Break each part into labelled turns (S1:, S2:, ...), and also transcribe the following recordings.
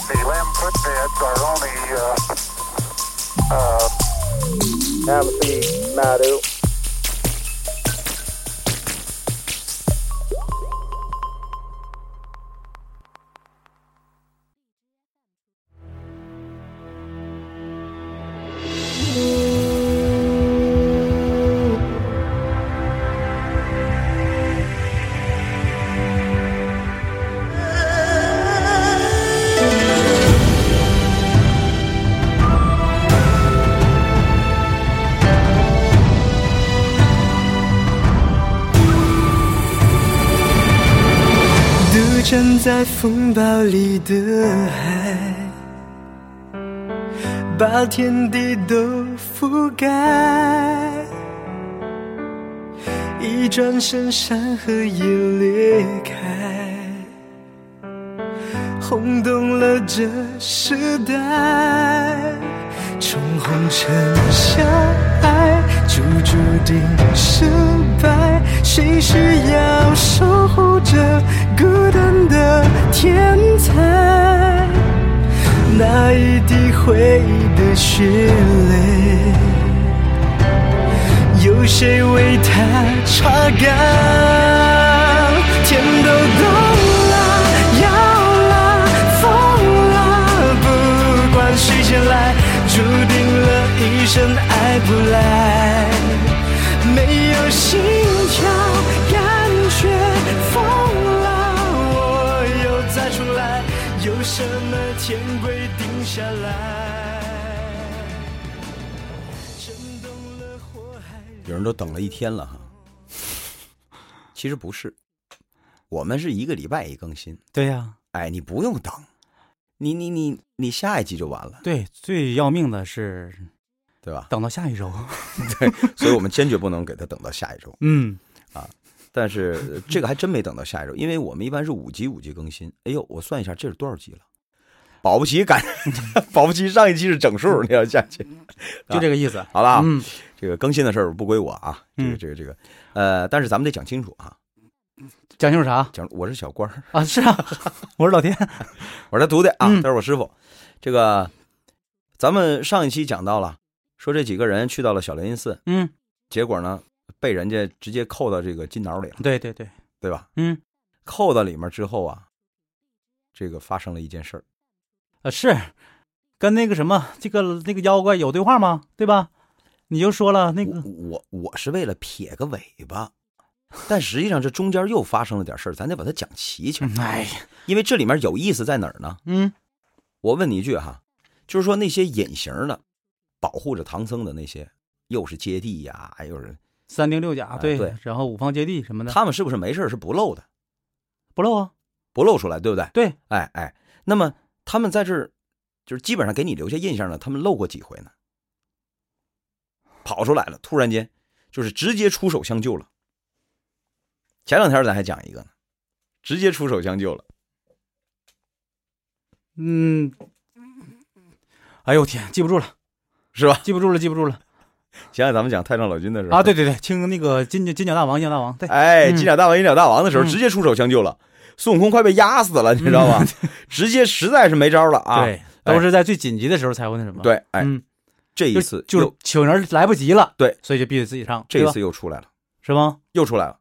S1: quit bids are only, uh, uh, Amity Madu.
S2: 独站在风暴里的海，把天地都覆盖。一转身，山河也裂开，轰动了这时代。冲红尘相爱，就注定失败。谁是要守护着孤单的天才？那一滴回忆的血泪，有谁为他擦干？天都动了，摇了，疯了，不管谁先来，注定了一生爱不来。没有心跳，感觉疯了，我又再重来，有什么天规定下来？震动了火海。
S3: 有人都等了一天了哈。其实不是，我们是一个礼拜一更新。
S4: 对呀、
S3: 哎，你不用等，你你你你下一集就完了，
S4: 对，最要命的是
S3: 对吧？
S4: 等到下一周。
S3: 所以我们坚决不能给他等到下一周。啊
S4: 嗯，
S3: 但是呃这个还真没等到下一周，因为我们一般是五集五集更新。哎呦，我算一下，这是多少集了？保不齐赶， 保不齐上一期是整数，你要下去。
S4: 就这个意思。
S3: 好了啊，
S4: 嗯，
S3: 这个更新的事儿不归我啊，这个
S4: 嗯
S3: 这个这个，呃，但是咱们得讲清楚啊，
S4: 讲清楚啥
S3: 讲我是小官儿，
S4: 啊？ 是啊，我是老 天。
S3: 我是他徒弟啊，
S4: 嗯
S3: 他是我师傅。这个，咱们上一期讲到了，说这几个人去到了小雷音寺，
S4: 嗯，
S3: 结果呢被人家直接扣到这个金牢里了，
S4: 对对对，
S3: 对吧？
S4: 嗯，
S3: 扣到里面之后啊，这个发生了一件事儿，
S4: 啊是，跟那个什么，这个那个妖怪有对话吗？对吧？你就说了那个
S3: 我我我是为了撇个尾巴，但实际上这中间又发生了点事儿，咱得把它讲齐全。
S4: 哎呀，
S3: 因为这里面有意思在哪儿呢？
S4: 嗯
S3: 我问你一句哈，就是说那些隐形的保护着唐僧的那些，又是接地呀、又是
S4: 三丁六甲
S3: 哎
S4: 对，
S3: 对
S4: 然后五方接地什么的，
S3: 他们是不是没事儿是不露的，
S4: 不漏啊。
S3: 不露出来，对不对？
S4: 对，
S3: 哎哎，那么他们在这儿就是基本上给你留下印象了，他们露过几回呢？跑出来了，突然间就是直接出手相救了。前两天咱还讲一个呢，直接出手相救了。
S4: 嗯，哎呦天，记不住了，
S3: 是吧？
S4: 记不住了，记不住了
S3: 想想咱们讲太上老君的时候
S4: 啊！对，对对，听那个金金角大王，金角大王，对，
S3: 哎，
S4: 嗯
S3: 金角大王、银角大王的时候，
S4: 嗯
S3: 直接出手相救了，孙悟空快被压死了，你知道吗？ 直接实在是没招了啊！
S4: 嗯对，都是在最紧急的时候才会那什么。，
S3: 对，哎，
S4: 嗯，
S3: 这一
S4: 就
S3: 次
S4: 就
S3: 又
S4: 是请人来不及了，
S3: 对，
S4: 所以就必须自己上，
S3: 这
S4: 对
S3: 一
S4: 吧
S3: 次又出来了，
S4: 是吗？
S3: 又出来了，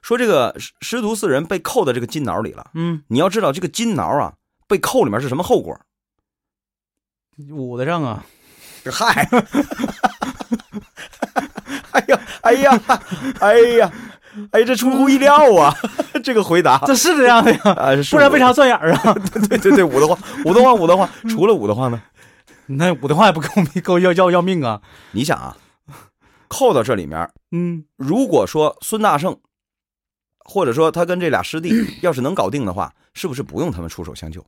S3: 说这个师师徒四人被扣在这个金牢里了。
S4: 嗯，
S3: 你要知道，这个金牢啊，被扣里面是什么后果？
S4: 捂得上啊，
S3: 嗨， 哎呀，哎呀，哎呀，哎呀，这出乎意料啊！ 这个回答
S4: 这是这样的 呀，
S3: 啊，是
S4: 不然
S3: 我
S4: 为啥钻眼儿啊？
S3: 对对对，武德话，武德话，武德话，除了武德话呢？
S4: 那捂得话也不够够要要要命啊！
S3: 你想啊，扣到这里面，
S4: 嗯，
S3: 如果说孙大圣，或者说他跟这俩师 弟要是能搞定的话，是不是不用他们出手相救？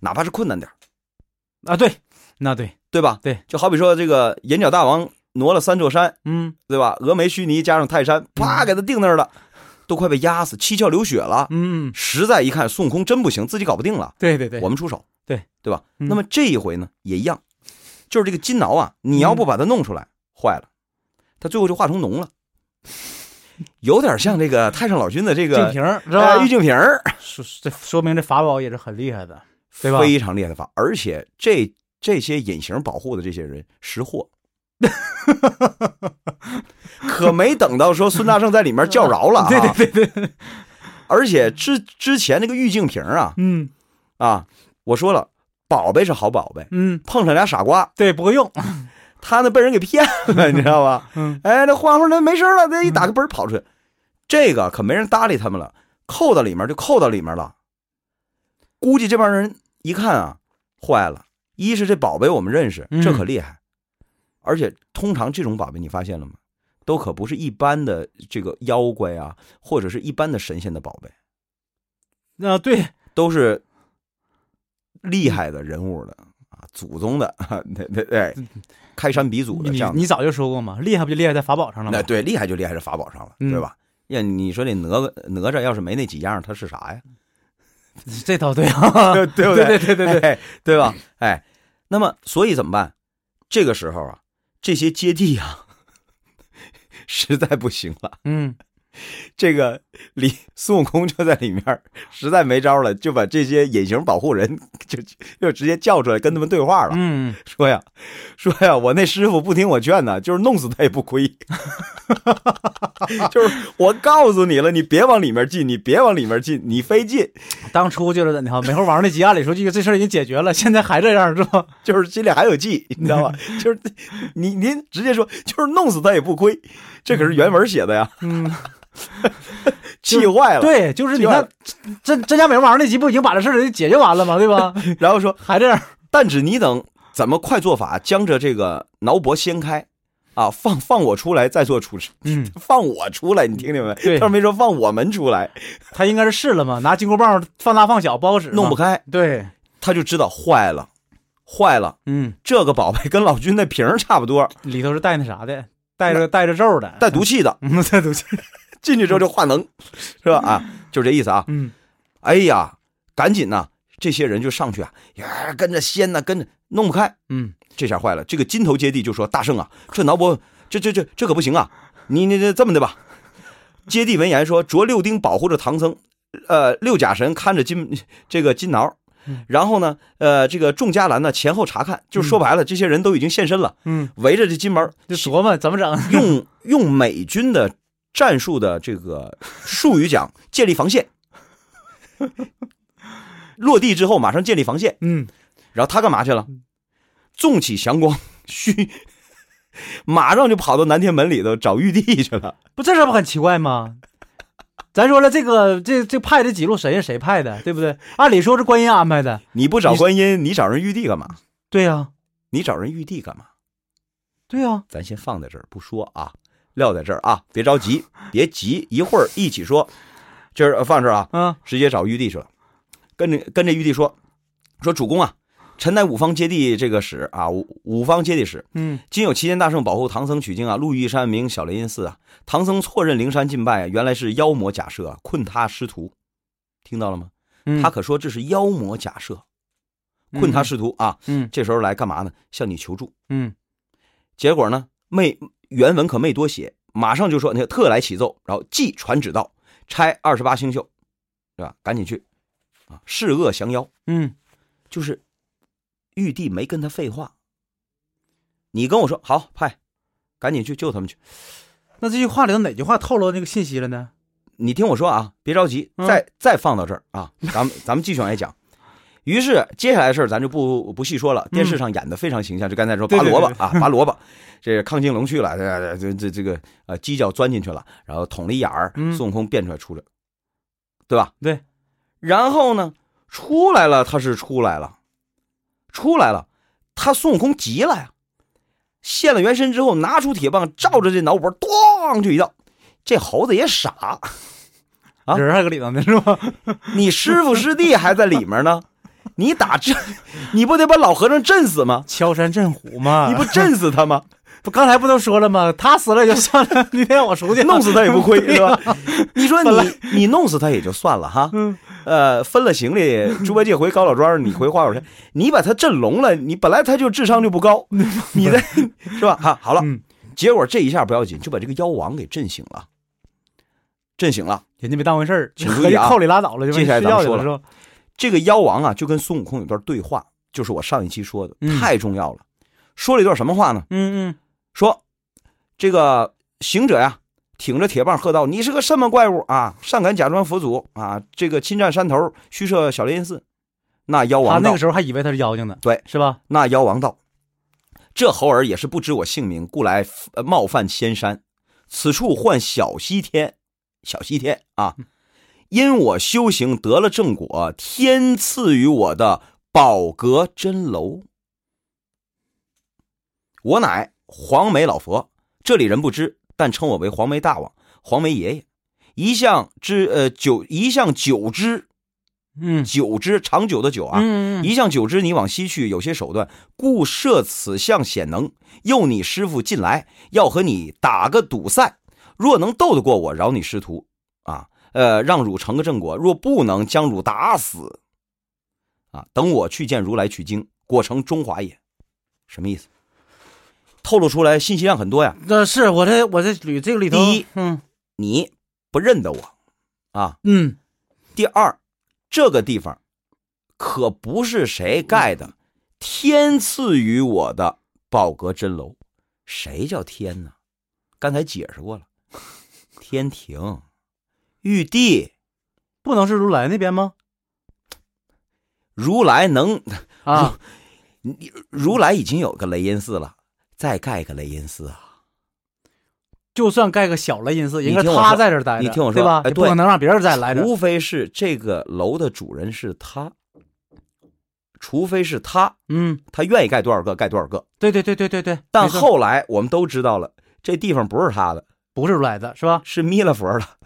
S3: 哪怕是困难点儿，
S4: 啊对，那对，
S3: 对吧？
S4: 对，
S3: 就好比说这个银角大王挪了三座山，
S4: 嗯
S3: 对吧？峨眉须弥加上泰山，啪给他定那儿了，都快被压死，七窍流血了。
S4: 嗯，
S3: 实在一看，孙悟空真不行，自己搞不定了，
S4: 对对对，
S3: 我们出手，
S4: 对
S3: 对吧？
S4: 嗯
S3: 那么这一回呢，也一样，就是这个金挠啊，你要不
S4: 嗯
S3: 把它弄出来，坏了，它最后就化成脓了，有点像这个太上老君的这
S4: 净
S3: 个
S4: 瓶儿是
S3: 哎
S4: 吧
S3: 玉？净瓶儿，
S4: 说这说明这法宝也是很厉害的。对吧
S3: 非常厉害的法，而且这这些隐形保护的这些人识 货，可没等到说孙大圣在里面叫饶了、啊，
S4: 对对对对，
S3: 而且之之前那个玉净瓶啊
S4: 嗯
S3: 啊，我说了，宝贝是好宝贝，
S4: 嗯，
S3: 碰上俩傻瓜，
S4: 对，不会用，
S3: 他呢被人给骗 了，你知道吧？
S4: 嗯，
S3: 哎，那花花那没事了，那一打个嘣儿跑出去，这个可没人搭理他们了，扣到里面就扣到里面了。估计这帮人一看啊，坏了，一是这宝贝我们认识，
S4: 嗯
S3: 这可厉害，而且通常这种宝贝你发现了吗？都可不是一般的这个妖怪啊，或者是一般的神仙的宝贝，
S4: 那、啊对，
S3: 都是厉害的人物的啊，祖宗的， 对对对，
S4: 嗯
S3: 开山鼻祖的这
S4: 你
S3: 样的
S4: 你早就说过嘛，厉害不就厉害在法宝上了
S3: 那
S4: 吗？
S3: 哎对，厉害就厉害在法宝上了，
S4: 嗯
S3: 对吧？呀，你说这哪个哪吒要是没那几样，他是啥呀？
S4: 这倒对 啊，
S3: 对对不
S4: 对对对对对，
S3: 哎对吧？哎，那么所以怎么办？这个时候啊，这些接地啊， 实在不行了。
S4: 嗯，
S3: 这个李孙悟空就在里面儿，实在没招了，就把这些隐形保护人 就就直接叫出来跟他们对话了，
S4: 嗯，
S3: 说呀说呀，我那师傅不听我劝呢，就是弄死他也不亏。 就是我告诉你了，你别往里面进，你别往里面进，你非进，
S4: 当初就是怎的哈，美猴王那集按理说这个这事儿已经解决了，现在还这样是吧？
S3: 就是心里还有计，你知道吧？ 就是你您直接说，就是弄死他也不亏，这可是原文写的呀，
S4: 嗯，
S3: 气坏了。
S4: 对，就是你
S3: 就
S4: 看，真真假美猴王那集不已经把这事儿给解决完了吗？对吧？
S3: 然后说，
S4: 还这样，
S3: 但只你等怎么快做法，将这这个挠脖掀开，啊，放放我出来，再做处置，
S4: 嗯，
S3: 放我出来，你听见没？
S4: 对
S3: 他没说放我们出来，
S4: 他应该是试了嘛，拿金箍棒放大放小不好使嘛，
S3: 弄不开，
S4: 对，
S3: 他就知道坏了，坏了，
S4: 嗯，
S3: 这个宝贝跟老君那瓶儿差不多，
S4: 里头是带那啥的，带着带着咒的，
S3: 带毒气的，
S4: 嗯，带毒气，
S3: 进去之后就化 能，是吧？啊，就是这意思啊。
S4: 嗯
S3: 哎呀，赶紧呐、这些人就上去啊，呀，跟着掀呐、跟着弄不开，
S4: 嗯，
S3: 这下坏了。这个金头接地就说：“大圣啊，这挠脖，这这这这可不行啊！你你这这么的吧。”接地闻言说：“着六丁保护着唐僧，呃，六甲神看着金这个金挠
S4: 嗯，
S3: 然后呢，呃，这个众伽蓝呢前后查看，就说白了，这些人都已经现身了，
S4: 嗯，
S3: 围着这金毛，
S4: 就琢磨怎么整，
S3: 用用美军的战术的这个术语讲，建立防线。落地之后马上建立防线，
S4: 嗯，
S3: 然后他干嘛去了？纵起祥光，虚，马上就跑到南天门里头找玉帝去了。
S4: 不这事儿不很奇怪吗？咱说了，这个这这派的几路神是谁派的，对不对？按理说是观音安排的，
S3: 你不找观音，你找人玉帝干嘛？
S4: 对呀、
S3: 你找人玉帝干嘛？
S4: 对呀、
S3: 咱先放在这儿不说啊，撂在这儿啊，别着急，别急，一会儿一起说。今儿呃放这儿啊，
S4: 嗯
S3: 直接找玉帝去了，跟着跟着玉帝说，说主公啊，臣乃五方揭谛这个使啊，五五方揭谛使，
S4: 嗯
S3: 今有齐天大圣保护唐僧取经啊，路遇山名小雷音寺啊，唐僧错认灵山进拜，原来是妖魔假设啊，困他师徒，听到了吗？
S4: 嗯，
S3: 他可说这是妖魔假设，困他师徒啊，
S4: 嗯
S3: 这时候来干嘛呢？向你求助。
S4: 嗯
S3: 结果呢，没原文可没多写，马上就说那个特来启奏，然后即传旨到，拆二十八星宿，是吧？赶紧去啊！是恶降妖，
S4: 嗯
S3: 就是玉帝没跟他废话。你跟我说好派，赶紧去救他们去。
S4: 嗯，那这句话里头哪句话透露那个信息了呢？
S3: 你听我说啊，别着急，
S4: 嗯
S3: 再、再放到这儿 啊，咱们咱们继续往下讲。于是接下来的事儿咱就不不细说了，电视上演的非常形象，就刚才说拔
S4: 嗯对对
S3: 萝卜
S4: 对
S3: 啊，拔萝卜， 这康靖龙去了，这这这这个呃犄角钻进去了，然后捅了一眼儿，
S4: 嗯
S3: 孙悟空变出来出来，对吧？
S4: 对。
S3: 然后呢，出来了，他是出来了，出来了，他孙悟空急了呀，现了原身之后，拿出铁棒照着这脑脖，咣就一道，这猴子也傻。啊
S4: 人还搁里头呢是吧？
S3: 你师傅师弟还在里面呢，你打这，你不得把老和尚震死吗？
S4: 敲山震虎嘛，
S3: 你不震死他 吗？
S4: 不刚才不都说了吗？他死了也就算了，你得让我出去
S3: 弄死他也不亏，是吧？你说
S4: 啊本来
S3: 你你弄死他也就算了哈
S4: 嗯，
S3: 呃，分了行李，猪八戒回高老庄，你回花果山，你把他震聋了，你本来他就智商就不 高，你再是吧？哈，好了
S4: 嗯，
S3: 结果这一下不要紧，就把这个妖王给震醒了，震醒了。
S4: 人家没当回事儿，
S3: 请注意啊
S4: 合计扣里拉倒了，就
S3: 接下来咱们
S4: 睡觉去
S3: 说
S4: 了是吧？
S3: 这个妖王啊，就跟孙悟空有段对话，就是我上一期说的，
S4: 嗯
S3: 太重要了。说了一段什么话呢？
S4: 嗯嗯，
S3: 说这个行者呀，挺着铁棒喝道：“你是个什么怪物啊？善敢假装佛祖啊！这个侵占山头，虚设小雷音寺。”那妖
S4: 他
S3: 王
S4: 那
S3: 道
S4: 个时候还以为他是妖精呢，
S3: 对，
S4: 是吧？
S3: 那妖王道：“这猴儿也是不知我姓名，故来呃冒犯仙山。此处唤小西天，小西天啊！因我修行得了正果，天赐予我的宝阁真楼。我乃黄眉老佛，这里人不知，但称我为黄眉大王、黄眉爷爷。一向之呃久，一向久之
S4: 嗯
S3: 久之长久的久啊，
S4: 嗯嗯嗯
S3: 一向久之，你往西去，有些手段，故设此项显能，诱你师傅进来，要和你打个赌赛。若能斗得过我，饶你师徒啊，呃，让汝成个正果；若不能，将汝打死。啊，等我去见如来取经，果成中华也。什么意思？透露出来信息量很多呀。
S4: 那是我这我这捋这个里头，
S3: 第一，
S4: 嗯
S3: 你不认得我啊？
S4: 嗯，
S3: 第二，这个地方可不是谁盖的，天赐予我的宝阁真楼，谁叫天呢？刚才解释过了，天庭、玉帝、
S4: 不能是如来那边吗？
S3: 如来能，
S4: 啊，
S3: 如来已经有个雷音寺了，再盖个雷音寺啊！
S4: 就算盖个小雷音寺，
S3: 你
S4: 应
S3: 听我
S4: 该
S3: 说
S4: 他在这儿待着，
S3: 你听我说
S4: 对吧？
S3: 哎
S4: 也不可能让别人再来这儿。
S3: 除非是这个楼的主人是他，除非是他，
S4: 嗯，
S3: 他愿意盖多少个盖多少个。
S4: 对对对对对对。
S3: 但
S4: 没错
S3: 后来我们都知道了，这地方不是他的，
S4: 不是如来的，是吧？
S3: 是弥勒佛了，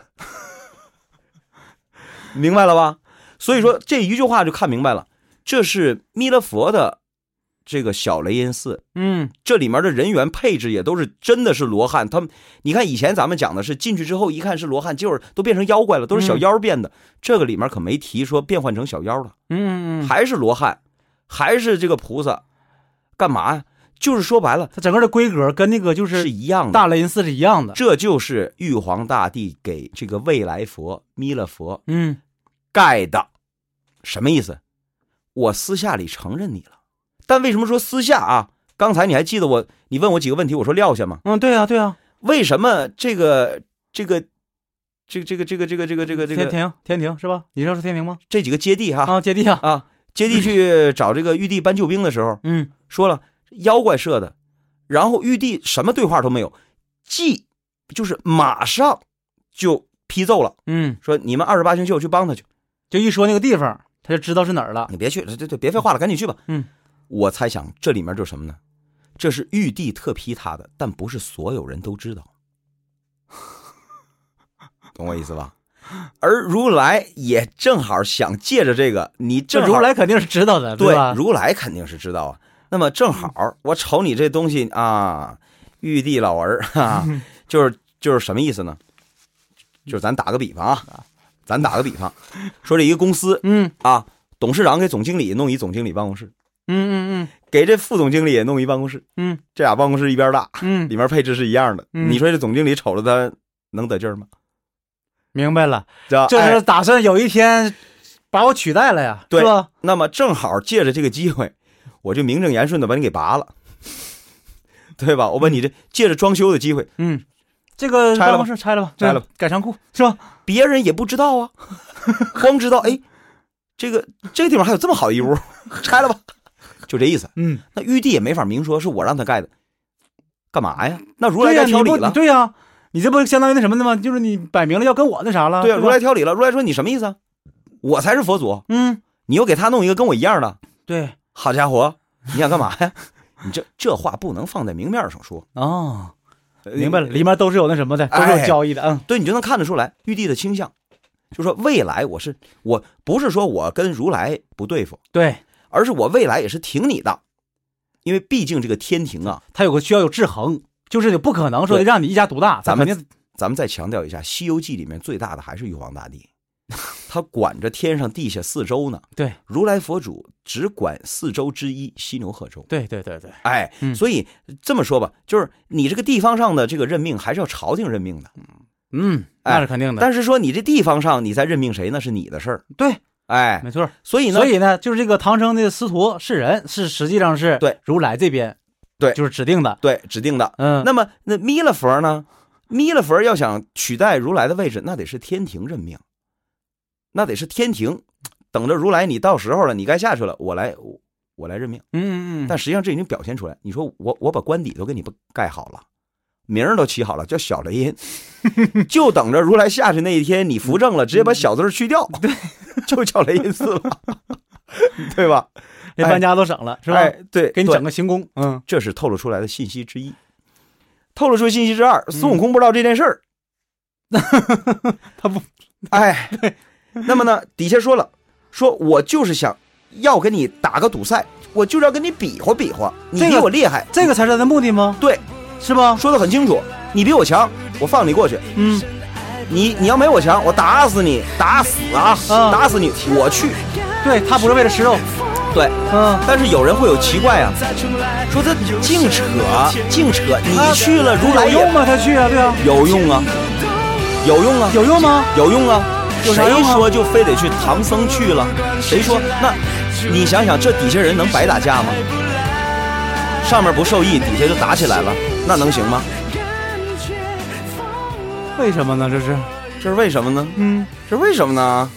S3: 明白了吧？所以说这一句话就看明白了，这是弥勒佛的这个小雷音寺，
S4: 嗯，
S3: 这里面的人员配置也都是真的是罗汉。他们，你看以前咱们讲的是进去之后一看是罗汉，结果都变成妖怪了，都
S4: 嗯
S3: 是小妖变的。这个里面可没提说变换成小妖了，
S4: 嗯嗯嗯，
S3: 还是罗汉，还是这个菩萨，干嘛呀？就是说白了
S4: 它整个的规格跟那个就是
S3: 是一样的。
S4: 大雷音寺是一样的。
S3: 这就是玉皇大帝给这个未来佛弥勒佛
S4: 嗯，
S3: 盖的，什么意思？我私下里承认你了，但为什么说私下啊？刚才你还记得我，你问我几个问题，我说撂下吗？
S4: 嗯，对啊，对啊，
S3: 为什么这个这个这个这个这个这个这个这个这
S4: 天
S3: 个
S4: 庭，天庭是吧？你知道是天庭吗？
S3: 这几个接地哈
S4: 啊，接地啊，
S3: 啊接地去找这个玉帝搬救兵的时候，
S4: 嗯，
S3: 说了妖怪设的，然后玉帝什么对话都没有，即就是马上就批奏了。
S4: 嗯，
S3: 说你们二十八星宿去帮他去，啊
S4: 就一说那个地方，他就知道是哪儿了。
S3: 你别去，这这这别废话了，赶紧去吧。
S4: 嗯，
S3: 我猜想这里面就是什么呢？这是玉帝特批他的，但不是所有人都知道，懂我意思吧？而如来也正好想借着这个，你
S4: 这
S3: 正好
S4: 如来肯定是知道的，
S3: 对
S4: 吧？
S3: 如来肯定是知道啊。那么正好，我瞅你这东西啊，玉帝老儿哈、
S4: 嗯
S3: 就是就是什么意思呢？就是咱打个比方啊，咱打个比方，说这一个公司
S4: 嗯
S3: 啊，董事长给总经理弄一总经理办公室，
S4: 嗯嗯
S3: 给这副总经理也弄一办公室，
S4: 嗯
S3: 这俩办公室一边大，
S4: 嗯嗯，
S3: 里面配置是一样的。
S4: 嗯
S3: 你说这总经理瞅着他能得劲儿吗？
S4: 明白了，
S3: 是吧
S4: 就
S3: 哎
S4: 是打算有一天把我取代了呀，
S3: 对
S4: 是吧？
S3: 那么正好借着这个机会， 我就名正言顺的把你给拔了， 对吧？我把你这借着装修的机会，
S4: 嗯，这个
S3: 拆了吧
S4: 办公室拆了吧，
S3: 拆了吧
S4: 嗯，改仓库是吧？
S3: 别人也不知道啊， 光知道哎，这个这地方还有这么好一屋， 拆了吧，就这意思。
S4: 嗯，
S3: 那玉帝也没法明说是我让他盖的，干嘛呀？那如来
S4: 对呀，
S3: 该
S4: 你
S3: 挑理
S4: 不，
S3: 了，
S4: 对呀，你这不相当于那什么的吗？就是你摆明了要跟我那啥了，
S3: 对呀、
S4: 吧
S3: 如来挑理了。如来说你什么意思啊？我才是佛祖，
S4: 嗯，
S3: 你又给他弄一个跟我一样的，
S4: 对
S3: 好家伙，你想干嘛呀？ 你这这话不能放在明面上说，
S4: 哦，明白了，里面都是有那什么的，都
S3: 呃哎
S4: 是有交易的，嗯
S3: 对，你就能看得出来玉帝的倾向，就说未来我是我不是说我跟如来不对付，
S4: 对，
S3: 而是我未来也是挺你的，因为毕竟这个天庭啊，
S4: 它有个需要有制衡，就是你不可能说
S3: 对
S4: 让你一家独大，
S3: 咱们
S4: 它肯定
S3: 咱们再强调一下，《西游记》里面最大的还是玉皇大帝， 他管着天上地下四周呢。
S4: 对，
S3: 如来佛祖只管四周之一犀牛贺州。
S4: 对对对对，
S3: 哎，
S4: 嗯
S3: 所以这么说吧，就是你这个地方上的这个任命还是要朝廷任命的，
S4: 嗯，
S3: 哎
S4: 那是肯定的，
S3: 但是说你这地方上你再任命谁那是你的事儿。
S4: 嗯对，
S3: 哎，
S4: 没错。
S3: 所以呢
S4: 所，以呢，就是这个唐僧的师徒是人，是实际上是
S3: 对
S4: 如来这边，
S3: 对
S4: 就是指定的。
S3: 对指定的。
S4: 嗯，
S3: 那么那弥勒佛呢？弥勒佛要想取代如来的位置，那得是天庭任命，那得是天庭等着如来，你到时候了，你该下去了，我来我我来任命。
S4: 嗯嗯嗯，
S3: 但实际上这已经表现出来。你说我我把官邸都给你盖好了，名儿都起好了，叫小雷 音，就等着如来下去那一天，你扶正了，直接
S4: 嗯
S3: 把小字儿去掉，对， 就叫雷音寺了， 对吧？
S4: 连搬家都省了，是吧？
S3: 哎，对，
S4: 给你
S3: 对
S4: 整个行宫，嗯，
S3: 这是透露出来的信息之一。透露出信息之二，
S4: 嗯
S3: 孙悟空不知道这件事儿、
S4: 他不，
S3: 哎，那么呢，底下说了，说我就是想要跟你打个赌赛，我就是要跟你比划比划，你
S4: 这
S3: 比
S4: 个
S3: 我厉害，
S4: 这个才是他的目的吗？
S3: 对，
S4: 是吧？
S3: 说的很清楚，你比我强，我放你过去，
S4: 嗯，
S3: 你你要没我强，我打死你，打死啊，
S4: 啊
S3: 打死你，我去。
S4: 对他不是为了吃肉，
S3: 对，
S4: 嗯，
S3: 但是有人会有奇怪啊，说他净扯，净扯，你去了如来
S4: 有用
S3: 也
S4: 吗？他去啊，对啊，
S3: 有用啊，有用啊，
S4: 有用吗？
S3: 有用啊，
S4: 有啥
S3: 谁
S4: 用啊
S3: 说就非得去唐僧去了？谁说？那你想想，这底下人能白打架吗？上面不受益，底下就打起来了，那能行吗？
S4: 为什么呢？这是，
S3: 这是为什么呢？
S4: 嗯，
S3: 这是为什么呢？